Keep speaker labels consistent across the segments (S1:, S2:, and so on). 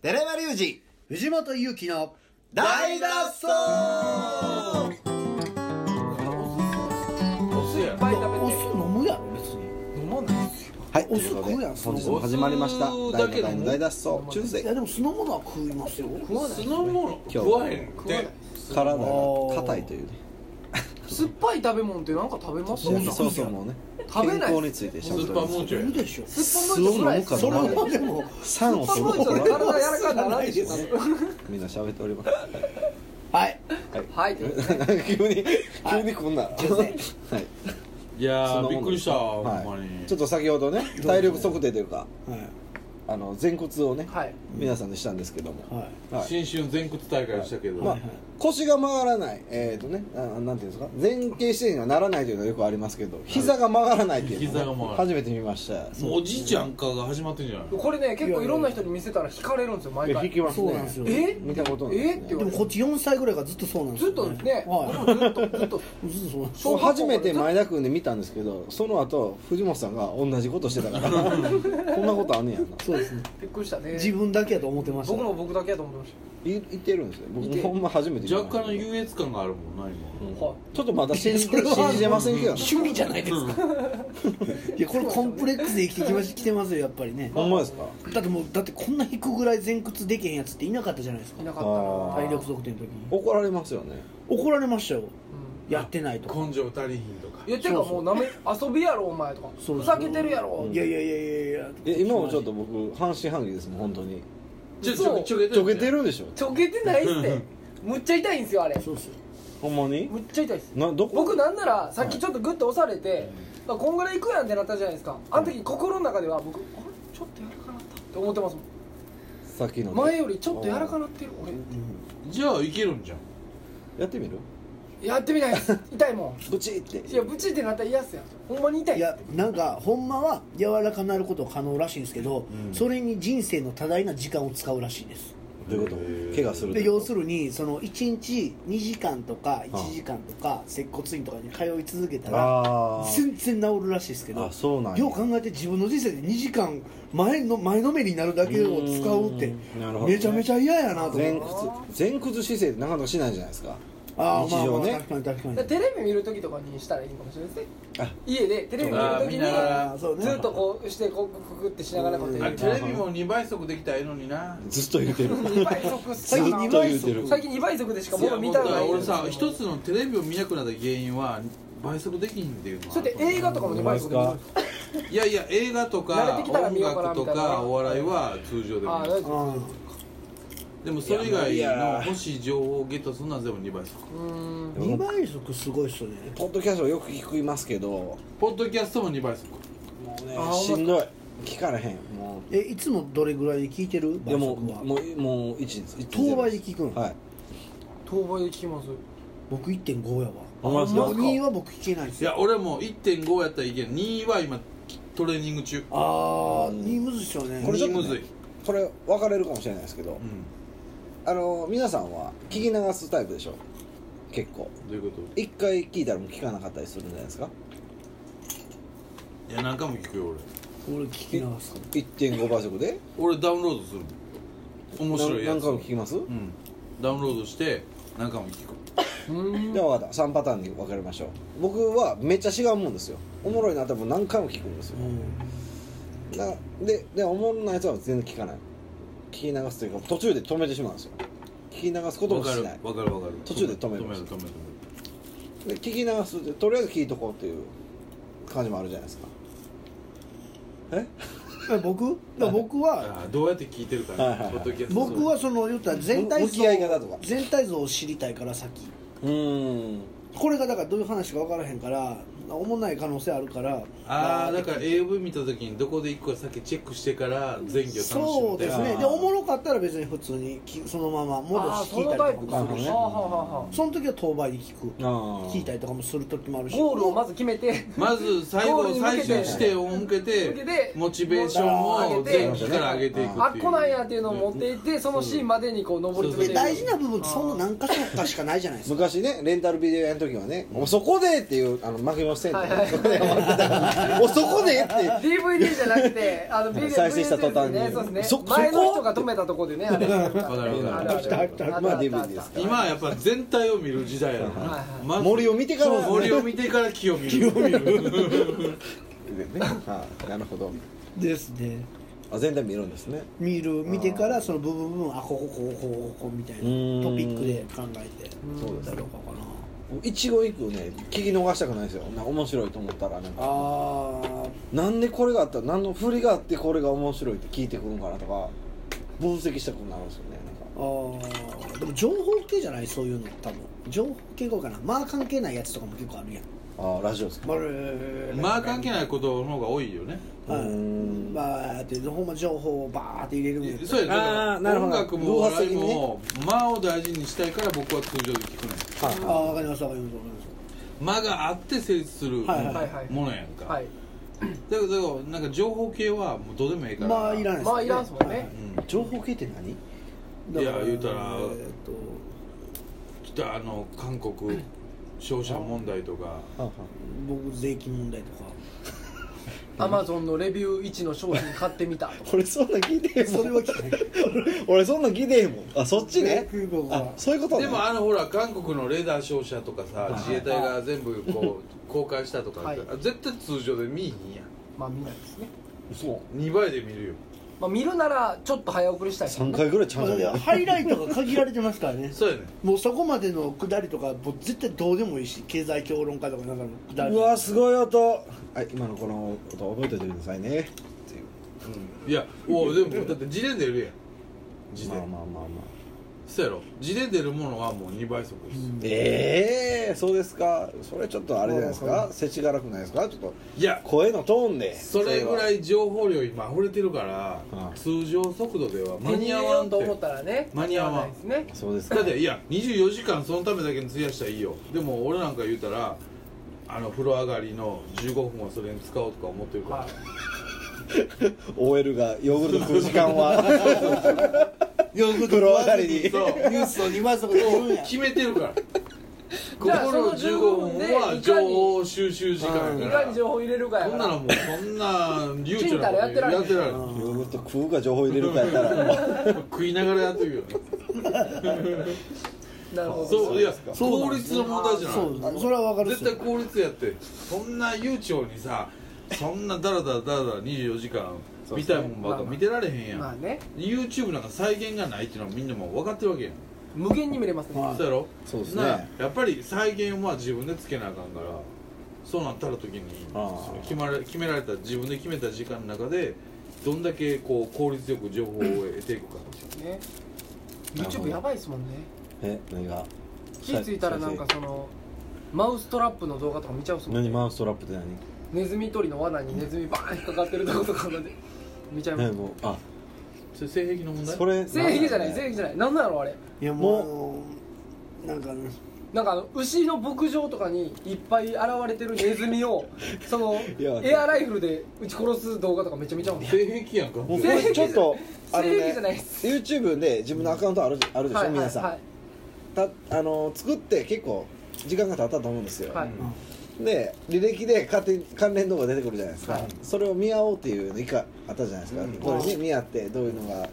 S1: 寺山隆二
S2: 藤本勇樹の
S1: 大脱走
S3: お酢いっ
S2: お
S3: ぱい
S2: 酢
S3: 食べて
S2: 飲むやろ別に
S3: 飲まないですよ
S1: はい
S2: お酢食うやん
S1: ということで本日も始まりました
S3: お酢
S1: 大
S3: だ
S1: の
S3: け
S1: 大の大脱走チューズデ
S2: い
S1: ー
S2: やでも酢の物は食いますよ食わ
S3: 酢の物
S1: 今
S3: 食
S1: 日
S3: わへんって
S1: 体が硬いというね
S4: 酸っぱい食べ物ってなんか食べます
S2: そ
S4: よ
S2: うなん
S4: ね
S2: だ
S1: そうそうもうね
S4: 食べない
S1: 健康についてし
S3: ス
S1: ゃべ
S3: ー
S1: て
S3: パ
S1: お
S3: ーモ
S1: りま
S3: ンチ
S1: す
S2: い
S3: ョ
S2: い
S3: や
S2: でしょ
S4: 酸っぱ
S1: 酢
S4: いも
S1: を
S4: ん
S1: 飲
S4: ぐら
S1: む
S4: い
S1: か
S2: そ
S1: 飲
S2: れ
S1: まない
S2: は
S1: か
S2: でも
S1: 酸を取
S4: 酸っぱ
S1: る
S4: い
S1: か
S4: もん
S1: ら
S4: じゃ体柔らかくならないでしょ
S1: みんな喋っております
S2: はい
S4: はい
S1: 急に急にこんな はい
S3: いや
S1: そん
S3: ー
S1: なもんで
S3: びっくりしたほ
S1: はい
S3: んまに
S1: ちょっと先ほどね体力測定というか
S2: はい
S1: あの前屈をね
S4: はい
S1: 皆さんでしたんですけども
S2: はい
S1: はい
S3: 新春全屈大会をしたけど
S1: まあ、腰が曲がらない、えーとね、ななんていうんですか前傾姿勢にはならないというのはよくありますけど膝が曲がらないっていうの
S3: 膝が曲がらない
S1: 初めて見ました
S3: もうおじいちゃんかが始まってんじゃない
S4: これね結構いろんな人に見せたら惹かれるんですよ毎
S1: 引
S4: 回
S1: きますね
S2: そうなんですよ
S4: え
S1: 見たことないです、
S4: えって言
S2: で
S4: わ
S2: も
S4: れて
S2: こっち4歳ぐらいからずっとそうなんです
S4: ず
S2: よ
S4: っとね
S2: は
S4: 僕もずっとずっと
S2: いずっとそうなんです
S1: そう初めて前田君で見たんですけどその後藤本さんが同じことしてた からこんなことあんねやな
S2: そうですね
S4: びっくりしたね
S2: 自分だけやと思ってました
S4: 僕も僕だけやと思いまし
S1: い言ってるんですよ僕
S4: いて
S1: ほんま初めて見ました
S3: 若干の優越感があるもんな今
S4: たはい
S1: ちょっとまだ信じ
S2: そ れは
S1: 信じてませんけどね
S2: 趣味じゃないですかいやこれコンプレックスで生きてきまし来てますよやっぱりね
S1: ほんまですか
S2: だってもうだってこんな引くぐらい前屈できへんやつっていなかったじゃないですか
S4: いなかったな
S1: あー
S2: 体力測定の時に
S1: 怒られますよね
S2: 怒られましたよ
S4: うん
S2: やってないとか
S3: 根性足りひんとか
S4: いやてかもうなめ遊びやろお前とか
S2: そう
S4: ふざけてるやろ
S2: いやいやいやいやいや
S1: え今もちょっと僕半信半疑ですもん本当に
S3: ちょち
S4: そ
S3: ょ
S4: う
S3: ちょけて
S1: ちょけてるでしょ
S4: ちょけてないってむっちゃ痛いんですよあれ
S2: そうっすよ
S1: ほんまに
S4: むっちゃ痛いです
S1: などこ
S4: 僕なんならさっきちょっとグッと押されて、あこんぐらいいくやんってなったじゃないですかあの時心の中では僕あれちょっと柔らかなったって思ってますも
S1: さっきの
S4: ん
S1: ね
S4: 前よりちょっと柔らかなってる俺
S3: じゃあいけるんじゃん
S1: やってみる
S4: やってみないです痛いも
S1: ブチって
S4: んいやブチってなったら嫌っすやんほんまに痛 い
S2: いやなんかほんまは柔らかなることは可能らしいんですけど、それに人生の多大な時間を使うらしいです
S1: どういうこと怪我する
S2: で要するにその1日2時間とか1時間とか接骨院とかに通い続けたら
S1: あー
S2: 全然治るらしいですけど
S1: あそうなんや
S2: よう考えて自分の人生で2時間前の前のめりになるだけを使うって
S1: うんなるほどね
S2: めちゃめちゃ嫌やなと思
S1: 前
S2: う
S1: 屈前屈姿勢ってなかなかしないじゃないですか
S2: あーまあ
S1: 日常
S2: まあ
S1: ね
S2: 確かに確かに
S4: だからテレビ見る時とかにしたらいいかもしれないですね
S1: あ
S4: 家でテレビ見る時
S2: あーそうね
S4: にずっとこうしてこうクククってしながらこうや
S3: あ
S4: って
S3: テレビも2倍速できたらええのにな
S1: ずっと言うてる
S4: 2倍速っす
S1: ずっ
S4: よ
S1: と
S4: な
S1: 言うてる
S4: 最近2倍速でしか
S3: いや
S4: 僕見たの
S3: だか
S4: な
S3: ら
S4: い
S3: 俺さ一つのテレビを見なくなった原因は倍速できひんっていうのは
S4: それって映画とかも2倍速で見るんですか
S3: いやいや映画と
S4: 慣れ
S3: か
S4: てきたら
S3: 音
S4: 見ようかな
S3: 楽と
S4: みたいな
S3: かお笑いは通常で
S4: あ
S3: も
S4: ー
S3: い
S4: 大丈
S3: い
S4: 夫
S2: あー
S3: でもそれ以外の欲しい情報をゲットするのは全部2倍速
S4: うーん
S2: 2倍速すごいっすよね
S1: ポッドキャストよく聞きますけども
S3: ポッドキャストも2倍速
S1: うね
S4: あー
S1: しんどい聞かれへんも
S2: えいつもどれぐらいで聞いてる
S1: うでも
S2: 倍速は
S1: もうもう1です1
S2: 当倍で聞くん
S1: はい
S4: 遠吠えで聞きます
S2: 僕1.5やわ
S1: ほんまですか
S2: 2は僕聞けないんです
S3: いや
S2: よ
S3: 俺も1.5やったらいけん2は今トレーニング中
S2: ああ2むずいっすよね
S1: これちょっと、
S3: むず
S1: ね
S3: い、
S1: これ分かれるかもしれないですけど、
S3: うん
S1: あの皆さんは聞き流すタイプでしょ結構
S3: どういうこ
S1: 一回聞いたらもう聞かなかったりするんじゃないですか
S3: といや何回も聞くよ俺
S2: 俺聞き流すか
S1: 1.5倍速で
S3: 俺ダウンロードするの面白いやつ
S1: 何何回も聞きます、
S3: うんダウンロードして何回も聞く
S4: うーん
S1: じゃあ分かった3パターンに分かれましょう僕はめっちゃ違うもんですよおもろいなとも何回も聞くんですよだででおもろないやつは全然聞かない聞き流すというか途中で止めてしまうんですよ聞き流すこと
S3: わ
S1: も
S3: か
S1: し
S3: る
S1: ない
S3: わかるわかる
S1: 途中で止める
S3: 止める止める
S1: で聞き流すでとりあえず聞いとこうっていう感じもあるじゃないですかえ
S2: ら僕だから僕は
S3: あーどうやって聞いてるか
S1: はいはい
S3: ね
S1: はい
S3: ポッドキャスト
S2: 僕はその言ったら全体
S1: 向き合い方とか
S2: 全体像を知りたいからさっき
S1: うーん
S2: これがだからどういう話か分からへんからおもんない可能性あるから
S3: ああだから AV 見た時にどこで行くかさっきチェックしてから前戯を楽しむ
S2: そう
S3: みたい
S2: で
S3: な
S2: すねでおもろかったら別に普通にきそのまま
S4: あ
S2: 戻
S4: あ
S2: し
S4: そ
S2: 聞い
S4: の
S2: た
S4: タイ
S2: りと
S4: プ
S2: か
S4: か
S1: あ
S2: も
S1: ー
S2: するし
S4: はあはあはあ
S2: その時は当倍で聞く
S1: あー
S2: 聞いたりとかもする時もあるし
S4: ゴールをまず決め て
S3: まず最
S4: ゴール
S3: 後
S4: に向け
S3: 最終
S4: て
S3: 地点を向け
S4: 向け
S3: て
S4: て
S3: モチベーションを前期から上げていくっていう
S4: あっこなんやっていうのを持っていってそのシーンまでにこう登り
S3: そう
S4: 詰
S2: で
S4: め
S2: 大
S4: て
S2: 事な部分ってそんな何か所かしかないじゃないですか
S1: 昔ねレンタルビデオ屋の時はね「もうそこで!」っていうあの負けましせん
S4: はいはい
S1: そこで終わってたから もうそこでって
S4: DVD じゃなくて あの
S1: 再生した途端に
S4: VHS ねそうですね
S1: そそこ
S4: 前の人が止めたとこでねあれあ る
S3: わかるわかる
S4: ある
S2: あったあった
S1: まあ DVD ですか
S3: 今はやっぱ全体を見る時代やろな、
S4: はいはい
S3: まず
S1: 森を見てから
S3: そう森 を見てから木を見る
S1: でねはいなるほど
S2: ですね
S1: あ全体見るんですね
S2: 見る見てからその部分部分あここここここここみたいな
S1: うん
S2: トピックで考えて
S1: そうです
S2: だろうかかな
S1: 一期一会ね聞き逃したくないですよな面白いと思ったらなんか
S2: あ
S1: なんでこれがあった何の振りがあってこれが面白いって聞いてくるんかなとか分析したくなるんですよね
S2: ーあーでも情報系じゃないそういうの多分情報系が多いかなまあ関係ないやつとかも結構あるやん
S1: なんかああラジオですか
S2: まあ
S3: まあ関係ないことの方が多いよね
S1: うーん
S2: まあってほんま情報をバーって入れるんや
S3: そうやだ
S1: あー
S3: か
S1: な
S3: ら
S1: るほ
S3: 音
S1: ど
S3: 楽も
S1: 偶発
S3: 笑
S1: 的
S3: い
S1: にね
S3: も間を大事にしたいから僕は通常で聞くね
S1: はい
S2: ああ分かります分かりますわかります
S3: 間があって成立するも
S2: はいはい
S4: はいはい
S3: のやんか、
S4: はい
S3: だけどなんか情報系はもうどうでもいいから
S2: まあいらないです
S4: まあいらんすもんね
S3: うん
S1: 情報系って何
S2: だから
S3: いや言うたら
S2: えーっと
S3: 北あの韓国商社問題とか
S2: 僕税金問題とか
S4: アマゾンのレビュー1の商品買ってみたとか
S1: 俺そんなん聞いてへんもん
S2: それは聞かない
S1: 俺そんなん聞いてへんもんあそっちね
S2: 航空母
S1: あ
S2: が
S1: そういうことね
S3: でもあのほら韓国のレーダー照射とかさ自衛隊が全部こう公開したとか、
S4: はい
S3: 絶対通常で見いひんやん
S4: まあ見ないですね
S1: そう
S3: 2倍で見るよ
S4: まあ見るならちょっと早送りしたい
S1: 3回ぐらいちゃんとや
S2: ハイライトが限られてますからね
S3: そうやねん
S2: もうそこまでの下りとかもう絶対どうでもいいし経済評論家とかなんかの下り
S1: うわすごい音はい今のこの音覚えておいてくださいねっていう
S3: いやおうでもだって自伝出るやん自
S1: まあ
S3: 伝、
S1: まあまあまあ
S3: そうやろ自伝出るものはもう2倍速です、
S1: ええそうですかそれちょっとあれじゃないですかせちがらくないですかちょっと
S3: いや
S1: 声のトーンで
S3: それぐら
S1: い
S3: い情報量今溢れてるから、
S1: うん
S3: 通常速度では間
S4: 手に入
S3: に
S4: れ
S3: 合
S4: よ
S3: わん
S4: う
S3: って
S4: と思ったらね
S3: 間に合わん
S4: ないですね
S1: そうですか
S3: だっていや24時間そのためだけに費やしたらいいよでも俺なんか言うたらあの風呂上がりの15分はそれに使おうとか思ってるから、
S4: はい
S1: OL がヨーグルト食う時間は
S2: よく
S1: 風呂上がり
S3: そ
S1: に
S2: ニ
S3: う
S2: ュースを2倍速で言うんや
S3: 決めてるから
S4: じゃあ
S3: 心の
S4: そ
S3: 15
S4: の15分
S3: 分はい
S4: かに
S3: 情報収集時間
S4: い
S3: や
S4: か
S3: か
S4: に
S3: ら
S4: 情報入れるかや
S3: こ
S4: か
S3: ん
S4: ら
S3: なのもうそんな流暢なこと
S4: ちんたらやってられへん
S3: やってられ
S1: ヨ
S3: る
S1: ーグルト食うか情報入れるかやっ たらもう
S3: 食いながらやってるよ
S4: なるほど
S3: そういや
S2: そうなん
S3: 効
S2: です
S3: 率の問題じゃ
S2: そう
S3: な
S2: ですそれは分か
S3: い
S2: るっ
S3: 絶
S2: す
S3: 対効率やってそんな悠長にさそんなダラダラダラダラ24時間
S1: そうで
S3: 見
S1: すね
S3: たいもんばっか見てられへんやん、
S4: まあね
S3: YouTube なんか再現がないっていうのはみんなもう分かってるわけやん
S4: 無限に見れますね
S2: はい
S3: そうやろ
S1: そうですね
S3: なあやっぱり再現は自分でつけなあかんからそうなったら時に
S1: ああ
S3: 決まれ決められた自分で決めた時間の中でどんだけこう効率よく情報を得ていくか
S4: ね
S1: なるほど
S4: YouTube やばいですもんね
S1: え何が
S4: 気付いたらなんかそのマウストラップの動画とか見ちゃうっすもん
S1: 何
S4: ね
S1: マウストラップって
S4: ネズミ捕りの罠にネズミバーン引っかかってるとことかまで見ちゃい
S1: 何
S4: ま
S1: ねもうあ
S3: それ性癖の問題
S1: それ
S4: す正義じゃない
S1: んだ
S4: 正
S1: ろうね
S4: 義じゃない何なのあれ
S2: いやもうなんかね
S4: なんかあの牛の牧場とかにいっぱい現れてるネズミ をその
S1: いや
S4: エアライフルで撃ち殺す動画とかめっちゃ見ちゃうんですよ
S3: 性癖やんか
S1: もうこ
S4: 正
S1: れ
S4: 義
S1: ちょっとあの
S4: 正義
S1: ね
S4: じゃないです
S1: YouTube で自分のアカウントあるあるでし
S4: は
S1: ょ
S4: い
S1: 皆さ
S4: は
S1: んたあの作って結構時間が経ったと思うんですよ
S4: いはい
S1: で履歴で勝手に関連動画出てくるじゃないですか、
S4: はい
S1: それを見合おうっていうの一回あったじゃないですか、
S3: うん
S1: これに見合ってどういうのが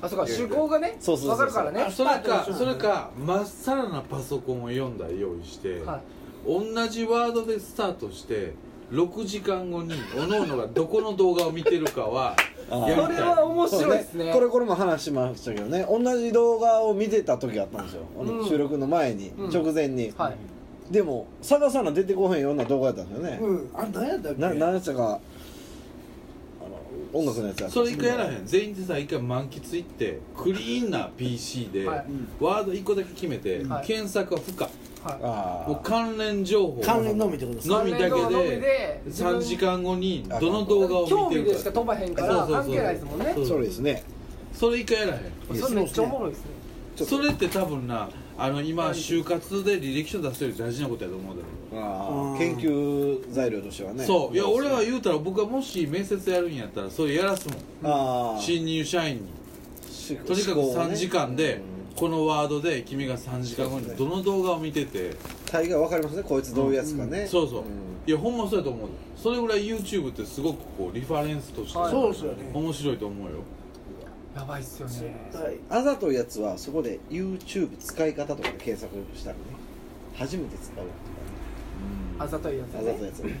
S4: あそうか趣向がね
S1: そうそうそう
S4: わかるからね
S3: あそれかそれかまっさらなパソコンを4台用意して、
S4: は
S3: 同じワードでスタートして6時間後に各々がどこの動画を見てるかは
S1: あ
S3: やり
S4: そ
S1: ー
S3: たい
S4: れは面白いです
S1: そう
S4: ね
S1: これこれも話しましたけどね同じ動画を見てた時があったんですよ、
S4: うん
S1: 収録の前に、
S4: うん
S1: 直前に、
S4: はい
S1: でも探さな出てこへんような動画やったんですよね、
S2: うんあ何やったっけ
S1: な何やったかあの音楽のやつやった
S3: それ一回やらへん全員でさ一回満喫行ってクリーンな PC で、
S4: はい
S3: ワード1個だけ決めて、
S4: はい
S3: 検索は不可
S4: は
S1: ああ
S3: もう関連情報
S2: 関連のみってことです
S3: のみだけ
S4: 関連動画のみで
S3: で3時間後に
S1: あ
S3: どの
S4: い
S3: 動画を
S4: 興
S3: 見て
S4: 味
S3: る
S4: で
S3: か
S4: しか飛ばへんか
S3: そ
S4: ら
S3: うそうそう
S4: 関係ないですもんね
S3: そう
S1: それですね
S3: それ一回やらへん
S4: それめっちゃおもろいですね
S1: ちょっと
S3: それって多分なあの今就活で履歴書出すより大事なことやと思うんだけ
S1: あ
S2: う
S1: あ
S2: ん
S1: 研究材料としてはね
S3: どそういや俺は言うたら僕はもし面接やるんやったらそれやらすもん
S1: ああ
S3: 新入社員に
S1: し
S3: とにかく
S1: 思考をね
S3: 3時間で
S1: うん
S3: このワードで君が3時間後にどの動画を見てて
S1: 大概わかりますねこいつどういうやつかね、
S3: そうそう、
S1: ん
S3: いやほんまそうやと思うそれぐらい YouTube ってすごくこうリファレンスとして、
S4: はい
S2: そうですよね
S3: 面白いと思うよ
S4: やばいっすよね
S2: はい
S1: あざといやつはそこで YouTube 使い方とかで検索したらね初めて使うとかね
S4: あざといやつ
S1: あざといやつね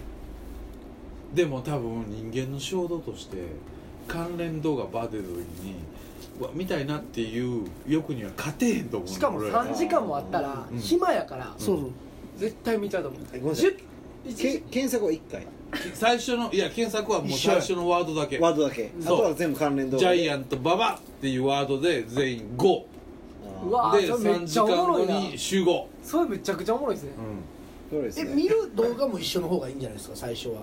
S3: でも多分人間の衝動として関連動画バー出た時にうわ見たいなっていう欲には勝てへんと思う
S4: しかも
S3: 俺
S4: 3時間もあったら
S3: うん
S4: 暇やから
S2: そうそう
S4: 絶対見ちゃうと思う
S1: えごめんなさい
S4: 10
S1: け
S4: 一
S1: 検索は1回
S3: 最初のいや検索はもう
S1: 一緒
S3: 最
S1: や
S3: 初のワードだけ
S1: ワードだけあ
S3: そう
S1: とは全部関連
S3: ジ
S1: 動画
S3: ャイア
S1: ン
S3: ント馬場っていうワードで全員5
S4: うわあ
S3: で
S4: それめ
S3: 3
S4: っ
S3: 時
S4: ちゃお
S3: 間
S4: もろ
S3: 後
S4: いな
S3: に集合、
S4: それめちゃくちゃおもろいですね
S1: どれです
S2: え
S1: ね
S2: 見る動画も一緒の方がいいんじゃないですか最初は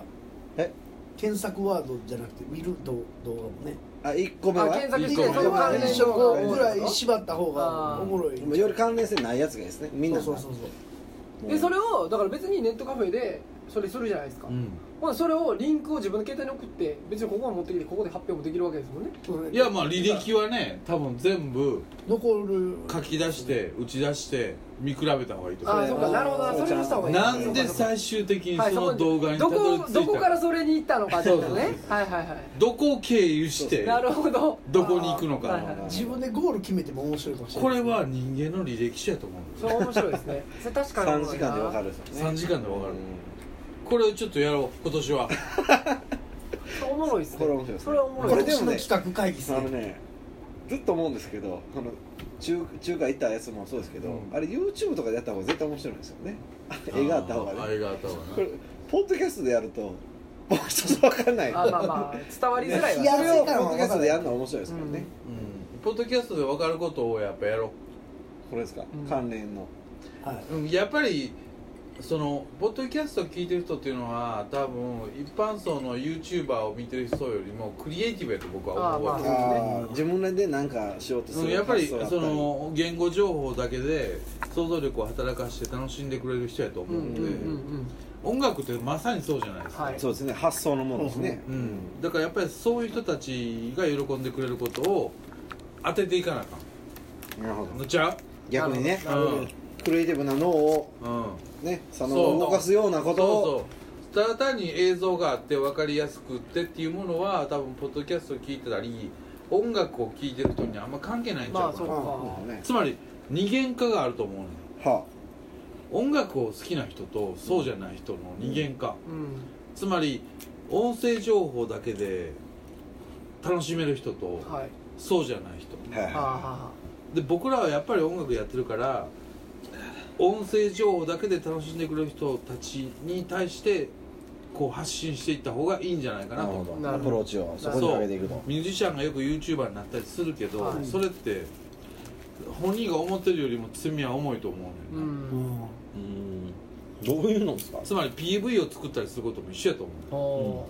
S1: え
S2: 検索ワードじゃなくて見る動動画もね
S1: あ1個目
S4: あ
S1: は
S4: 検索
S3: 一
S4: し
S3: 個
S4: て
S3: 目
S2: それは一緒
S1: こう
S2: ぐらい縛った方がおもろい
S1: もうより関連性ないやつがいいですねみんなが
S2: そうそうそうそう
S1: もう
S4: でそれをだから別にネットカフェでそれするじゃないですか、
S3: うん
S4: ほなそれをリンクを自分の携帯に送って別にここまで持ってきてここで発表もできるわけですもんね
S2: そう
S3: いやまあ履歴はね多分全部
S2: 残る
S3: 書き出して打ち出して見比べた方がいいと思
S4: ああそうかなるほどなそれにした方が
S3: う
S4: いい
S3: なんで
S4: そうか
S3: 最終的に
S4: はい
S3: その動画にた
S4: ど
S3: どり
S4: こ
S3: 着
S4: ど
S3: い
S4: こ
S3: た
S4: か
S3: から
S4: それに行ったのかっていうの
S3: そう
S4: ね
S3: そう
S4: はいはいはい
S3: どこを経由して
S4: なるほど
S3: どこに行くのか
S4: はいはいはい
S2: 自分でゴール決めても面白いかもしれな
S3: こ
S2: い
S3: れは人間の履歴書やと思うんです
S4: それ面白いですねそれ確かに
S1: 3時間でわか
S4: る
S1: るですよね
S3: 3時間でわかる
S1: うん
S3: これをちょっとやろう今年は
S4: おもろいですね
S1: これ面白いですね
S4: それはおもろい
S2: これ
S1: れで
S2: で
S1: も
S2: も
S1: ね
S2: 企画会議です
S1: あの
S2: ね
S1: ねずっと思うんですけどあの中中華行ったやつもそうですけど、
S3: うん
S1: あれ YouTube とかでやった方が絶対面白いんですよね絵 があった方
S3: あ
S1: が
S3: ー
S1: ね
S3: 絵があった方
S1: こ
S3: が
S1: れ
S3: ね
S1: ポッドキャストでやると僕ちょっと分かんない
S4: あまあまあ伝わりづらいわ
S2: いや
S1: それをポッドキャストでやるのは面白いですからね、
S3: うんポッドキャストで分かることをやっぱやろ
S1: これですか、
S4: うん
S1: 関連の
S2: は
S3: う、うん、やっぱりそのポッドキャストを聞いてる人っていうのは多分一般層の YouTuber を見てる人よりもクリエイティブやと僕は思うわ
S4: あー
S3: け
S4: ま
S1: あー自分で何かしようとす
S3: うん
S1: る
S3: やっぱり
S1: 発
S3: そ
S1: 想だた
S3: の言語情報だけで想像力を働かして楽しんでくれる人やと思
S4: うん
S3: う
S4: うんん
S3: で、
S4: うんうん
S3: 音楽ってまさにそうじゃないですか、
S4: はい
S1: そうですね発想のものですね、
S3: うん、だからやっぱりそういう人たちが喜んでくれることを当てていかなあか
S1: なるほ
S3: ん
S1: ど
S3: のちゃ
S1: 逆にね
S4: なるほど
S1: クリエイティブな脳を
S3: う、うん、
S1: ねそ
S3: そ
S1: の
S3: う
S1: 動かすような
S3: そ
S1: こ
S3: う
S1: とを
S3: そうただ単に映像があって分かりやすくってっていうものは多分ポッドキャストを聞いてたり音楽を聴いてる人にあんま関係ないんちゃうかな、
S4: まあ
S1: なるほどね
S3: つまり二元化があると思うのよ
S1: は
S3: 音楽を好きな人とそうじゃない人の二元化、
S4: うん
S3: つまり音声情報だけで楽しめる人と
S4: はい
S3: そうじゃない人
S1: あ、はい
S4: はあ
S1: は
S4: は
S3: で僕らはやっぱり音楽やってるから音声情報だけで楽しんでくれる人たちに対してこう発信していった方がいいんじゃないか
S1: い
S3: な
S1: な
S3: と
S1: るほ
S3: 思う
S1: ど
S4: なるほ
S1: ア
S4: ど
S1: プローチをそこに上げていくと
S3: ミュージシャンがよく YouTuber になったりするけど、
S4: はい
S3: それって本人が思ってるよりも罪は重いと思う
S4: あう
S3: ねんな、
S4: ん
S1: うんどういうのですか
S3: つまり PV を作ったりすることも一緒やと思う
S4: お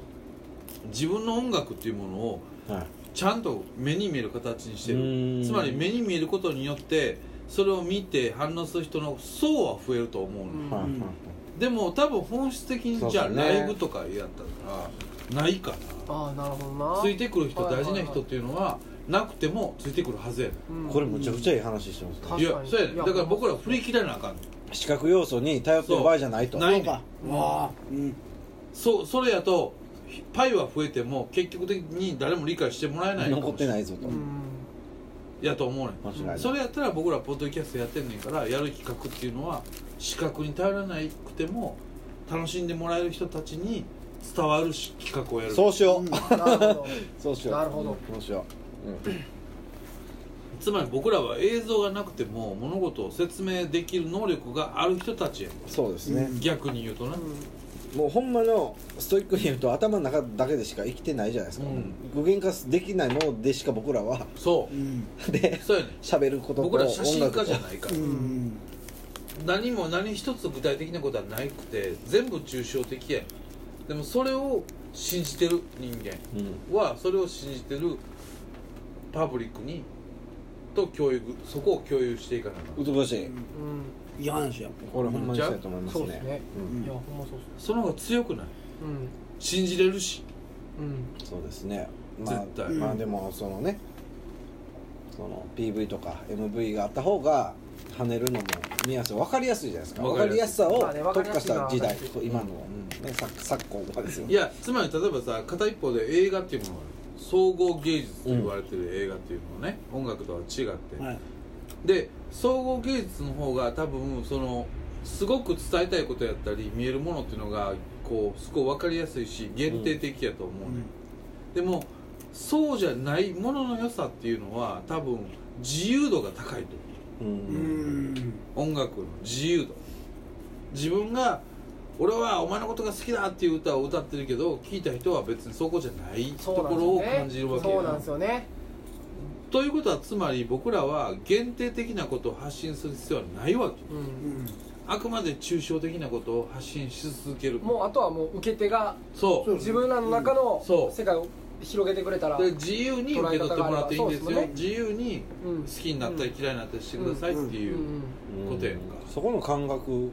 S3: 自分の音楽っていうものを
S1: はい
S3: ちゃんと目に見える形にして
S1: う
S3: る
S1: ーん
S3: つまり目に見えることによってそれを見て反応する人の層は増えると思うの、
S4: うん
S1: はい
S2: うん
S3: でも多分本質的
S1: そ
S3: に
S1: う
S3: じ
S1: そ
S3: ゃあ
S1: うね
S3: ライブとかやったらないか
S4: ーああなるほど
S3: ら
S4: な
S3: ついてくる人
S4: はいはい
S3: 大
S4: は
S3: 事
S4: い
S3: な人っていうのはなくてもついてくるはずやね
S4: うん
S1: これむちゃくちゃいい話してますね
S4: 確か
S3: ん
S4: に
S3: いやそうやねん
S4: いや
S3: だから僕ら振り切らなあかんねん
S1: 視覚要素に頼ってる場合じゃない
S3: そ
S1: と
S3: うな
S2: ないんかわあうん
S3: そうそれやとパイは増えても結局的に誰も理解してもらえない
S1: 残ってないいぞと
S4: うん
S3: やと思うね
S1: 間違い
S3: ん
S1: ない
S3: それやったら僕らポッドキャストやってんねんからやる企画っていうのは視覚に頼らなくても楽しんでもらえる人たちに伝わるし企画をやる
S1: そうしよう
S4: なるほど
S1: そうしよう
S4: なるほど
S1: そうしよううん
S3: つまり僕らは映像がなくても物事を説明できる能力がある人たちや
S1: そうですね
S3: 逆に言うとね、
S1: もうほんまのストイックに言うと頭の中だけでしか生きてないじゃないですか、
S3: うん
S1: 具現化できないものでしか僕らは
S3: そ
S2: うん
S1: で
S3: うそうやね
S1: 喋ることと
S3: 僕ら写真家じゃ
S1: い
S3: ないか
S2: う
S3: ら
S2: ん
S3: 何も何一つ具体的なことはないくて全部抽象的やんでもそれを信じてる人
S1: うん
S3: 間はそれを信じてるパブリックにと教育そこを共有していかなあかん
S1: 美しい、
S4: う
S2: いい話や
S1: これほんまにそうやと思い
S4: ん
S1: ます
S4: そ
S1: ね
S4: うですね
S1: うん
S4: いやほんまそうっす
S3: その方が強くない
S4: うん
S3: 信じれるし
S4: うん
S1: そうですねまあ
S3: 絶対
S1: まあでもそのねその PV とか MV があった方が跳ねるのも見やすい分かりやすいじゃないですか分
S3: 分
S1: か
S3: か
S1: り
S3: り
S1: や
S3: や
S1: す
S3: す
S1: さを
S4: まあね分か
S1: 特
S4: り
S1: 化
S4: や
S1: し
S4: すいの
S1: た
S4: は
S1: 昨
S4: 分
S1: 今
S4: かりや
S1: の
S4: すい
S1: ねさ昨今はですよ
S3: いやつまり例えばさ片一方で映画っていうものは総合芸術と言われてる映画っていうのはね、音楽とは違って、
S2: はい
S3: で総合芸術の方が多分そのすごく伝えたいことやったり見えるものっていうのがこうすごい分かりやすいし限定的やと思うね、でもそうじゃないものの良さっていうのは多分自由度が高いと
S1: う
S2: うんん
S3: 音楽の自由度自分が俺はお前のことが好きだっていう歌を歌ってるけど聴いた人は別にそこじゃないと
S4: そう
S3: こ
S4: なんですよね
S3: ろを感じるわけ
S4: そうなんですよね
S3: ということはつまり僕らは限定的なことを発信する必要はないわけ
S4: う
S2: うんん
S3: あくまで抽象的なことを発信し続ける
S4: もうあとはもう受け手が
S3: そう
S2: そう
S4: 自分らの中の
S3: そう
S4: 世界を広げてくれたら
S3: で自由に受け取ってもらっていいんですよ
S4: 捉え方があればそうですもんね
S3: 自由に
S4: うん
S3: 好きになったり嫌いになったりしてくださいって
S4: う
S3: い
S4: ん
S3: うことやんか
S1: そこの感覚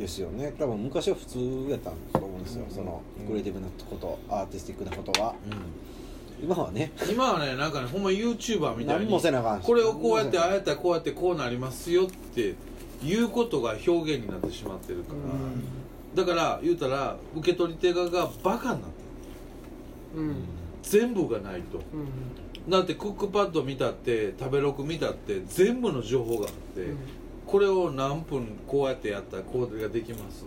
S1: ですよね多分昔は普通やったんだと思うんですよ、そのクリエイティブなことアーティスティックなことは
S3: うん
S1: 今はね
S3: 今はねなんかねほんま YouTuber みたい
S1: 何
S3: に
S1: もせなあかんし
S3: これをこうやってああやったらこうやってこうなりますよっていうことが表現になってしまってるから、だから言うたら受け取り手側がバカになってる
S4: うん
S3: 全部がないと
S4: うん
S3: だってクックパッド見たって食べログ見たって全部の情報があって、
S4: うん
S3: これを何分こうやってやったらこれができます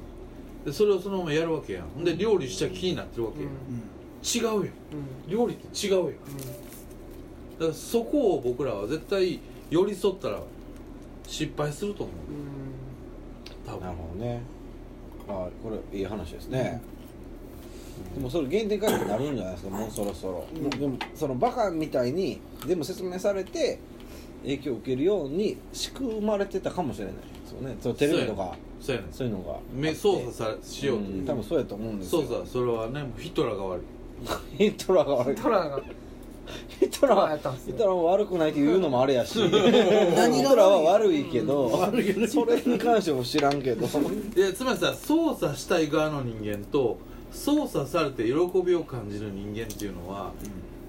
S3: でそれをそのままやるわけやんほんで料理した気になってるわけやん、
S4: うん
S3: 違うやん料理って違うやんだからそこを僕らは絶対寄り添ったら失敗すると思う
S4: うん
S3: 多分
S1: なるほどねあこれいい話ですね、でもそれ原点回帰になるんじゃないですかもうそろそろ、
S2: うん
S1: もうでもそのバカみたいに全部説明されて影響を受けるように仕組まれてたかもしれないですよねそのテレビとか
S3: そうやねん
S1: そういうのが
S3: 目操作さしようと
S1: ん多分そうやと思うんです
S3: そ
S1: よ
S3: うそうそれはねもうヒトラーが悪い
S1: ヒトラーが悪
S4: うん
S1: い
S4: トラが
S1: ヒト
S4: トラや
S1: ラ
S4: ったんで
S1: ー
S4: す
S1: ヒ
S4: よ
S1: トラーも悪くないって言うのもあれやし ヒトラーは悪いけどそれに関しても知らんけど
S3: いやつまりさ操作したい側の人間と操作されて喜びを感じる人間っていうのは、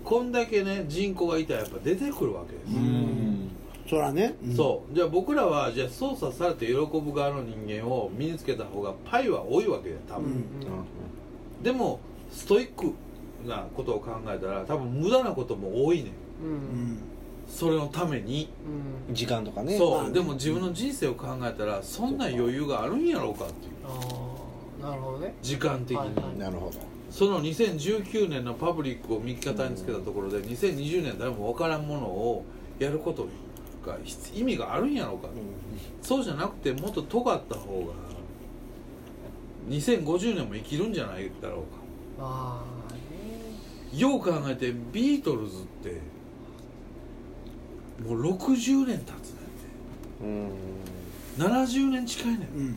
S3: こんだけね人口がいたらやっぱ出てくるわけです、
S1: うん
S2: そらねうん
S3: そうじゃあ僕らはじゃあ操作されて喜ぶ側の人間を身につけた方がパイは多いわけだよ多
S2: う
S3: 分、
S2: ん
S3: でもストイックなことを考えたら多分無駄なことも多いねん
S4: う
S2: うんん
S3: それのために、
S4: うん
S1: 時間とかね
S3: そう、
S2: まあ
S3: でも自分の人生を考えたらそんな余裕があるんやろうかっていう
S4: ああなるほどね
S3: 時間的に、
S4: はいはい
S1: なるほど
S3: その2019年のパブリックを右肩につけたところで、2020年誰も分からんものをやることが必意味があるんやろうか、そうじゃなくてもっと尖った方が2050年も生きるんじゃないだろうか
S4: ああね
S3: よう考えてビートルズってもう60年経つね
S1: うん
S3: んて70年近いね
S2: うんん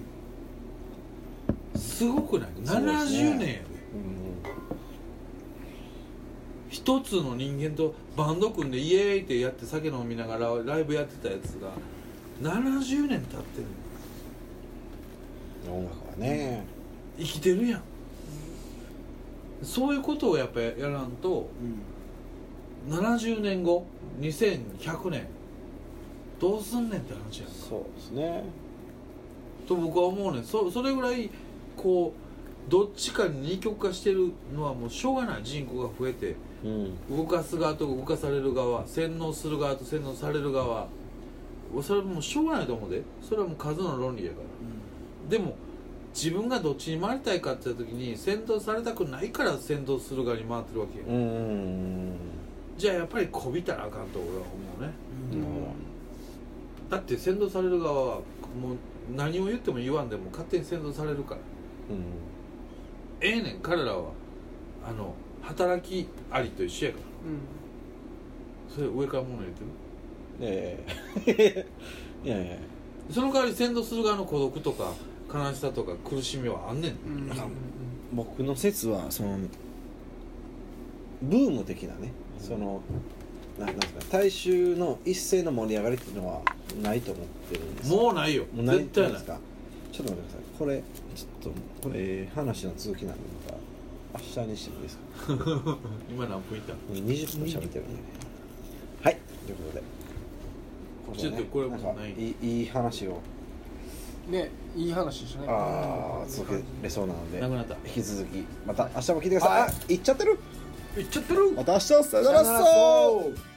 S3: すごくない、
S1: そうですね
S3: 70年やで一つの人間とバンド組んでイエーイってやって酒飲みながらライブやってたやつが70年経ってる
S1: うん音楽はね
S3: 生きてるやんそういうことをやっぱやらんと
S2: うん
S3: 70年後2100年どうすんねんって話やん
S1: そうですね
S3: と僕は思うねんそそれぐらいこうどっちかに二極化してるのはもうしょうがない人口が増えて
S1: うん
S3: 動かす側と動かされる側洗脳する側と洗脳される側それはもうしょうがないと思うでそれはもう数の論理やからでも自分がどっちに回りたいかって言った時に先導されたくないから先導する側に回ってるわけよ、
S1: うん
S3: じゃあやっぱりこびたらあかんと俺は思うね
S1: なる
S3: だって先導される側はもう何を言っても言わんでも勝手に先導されるから
S1: ほ
S3: ええねん彼らはあの働きありと一緒やから
S4: うん
S3: それ上から物言ってる
S1: どええいやいや
S3: その代わり先導する側の孤独とか悲しさとか苦しみはあんねん、
S4: うんうん
S1: 僕の説はそのブーム的なねそのななんですか大衆の一斉の盛り上がりっていうのはないと思ってるんですよ
S3: もうないよ
S1: もうない
S3: 絶対ない
S1: ですかちょっと待ってくださいこれちょっとこれえー話の続きなんでまた明日にしてもいいですか
S3: 今何分いった
S1: 20分喋ってるんでねはいということでこと
S3: ちょっとこれも
S1: なんか
S3: ない
S1: いいい話を
S4: ねいい話でしたね
S1: あー続けれそうなので
S3: なくなった
S1: 引き続きまた明日も聞いてください、あ行っちゃってる
S3: いっちゃってる
S1: また明日さよなら
S4: さよなら
S1: そう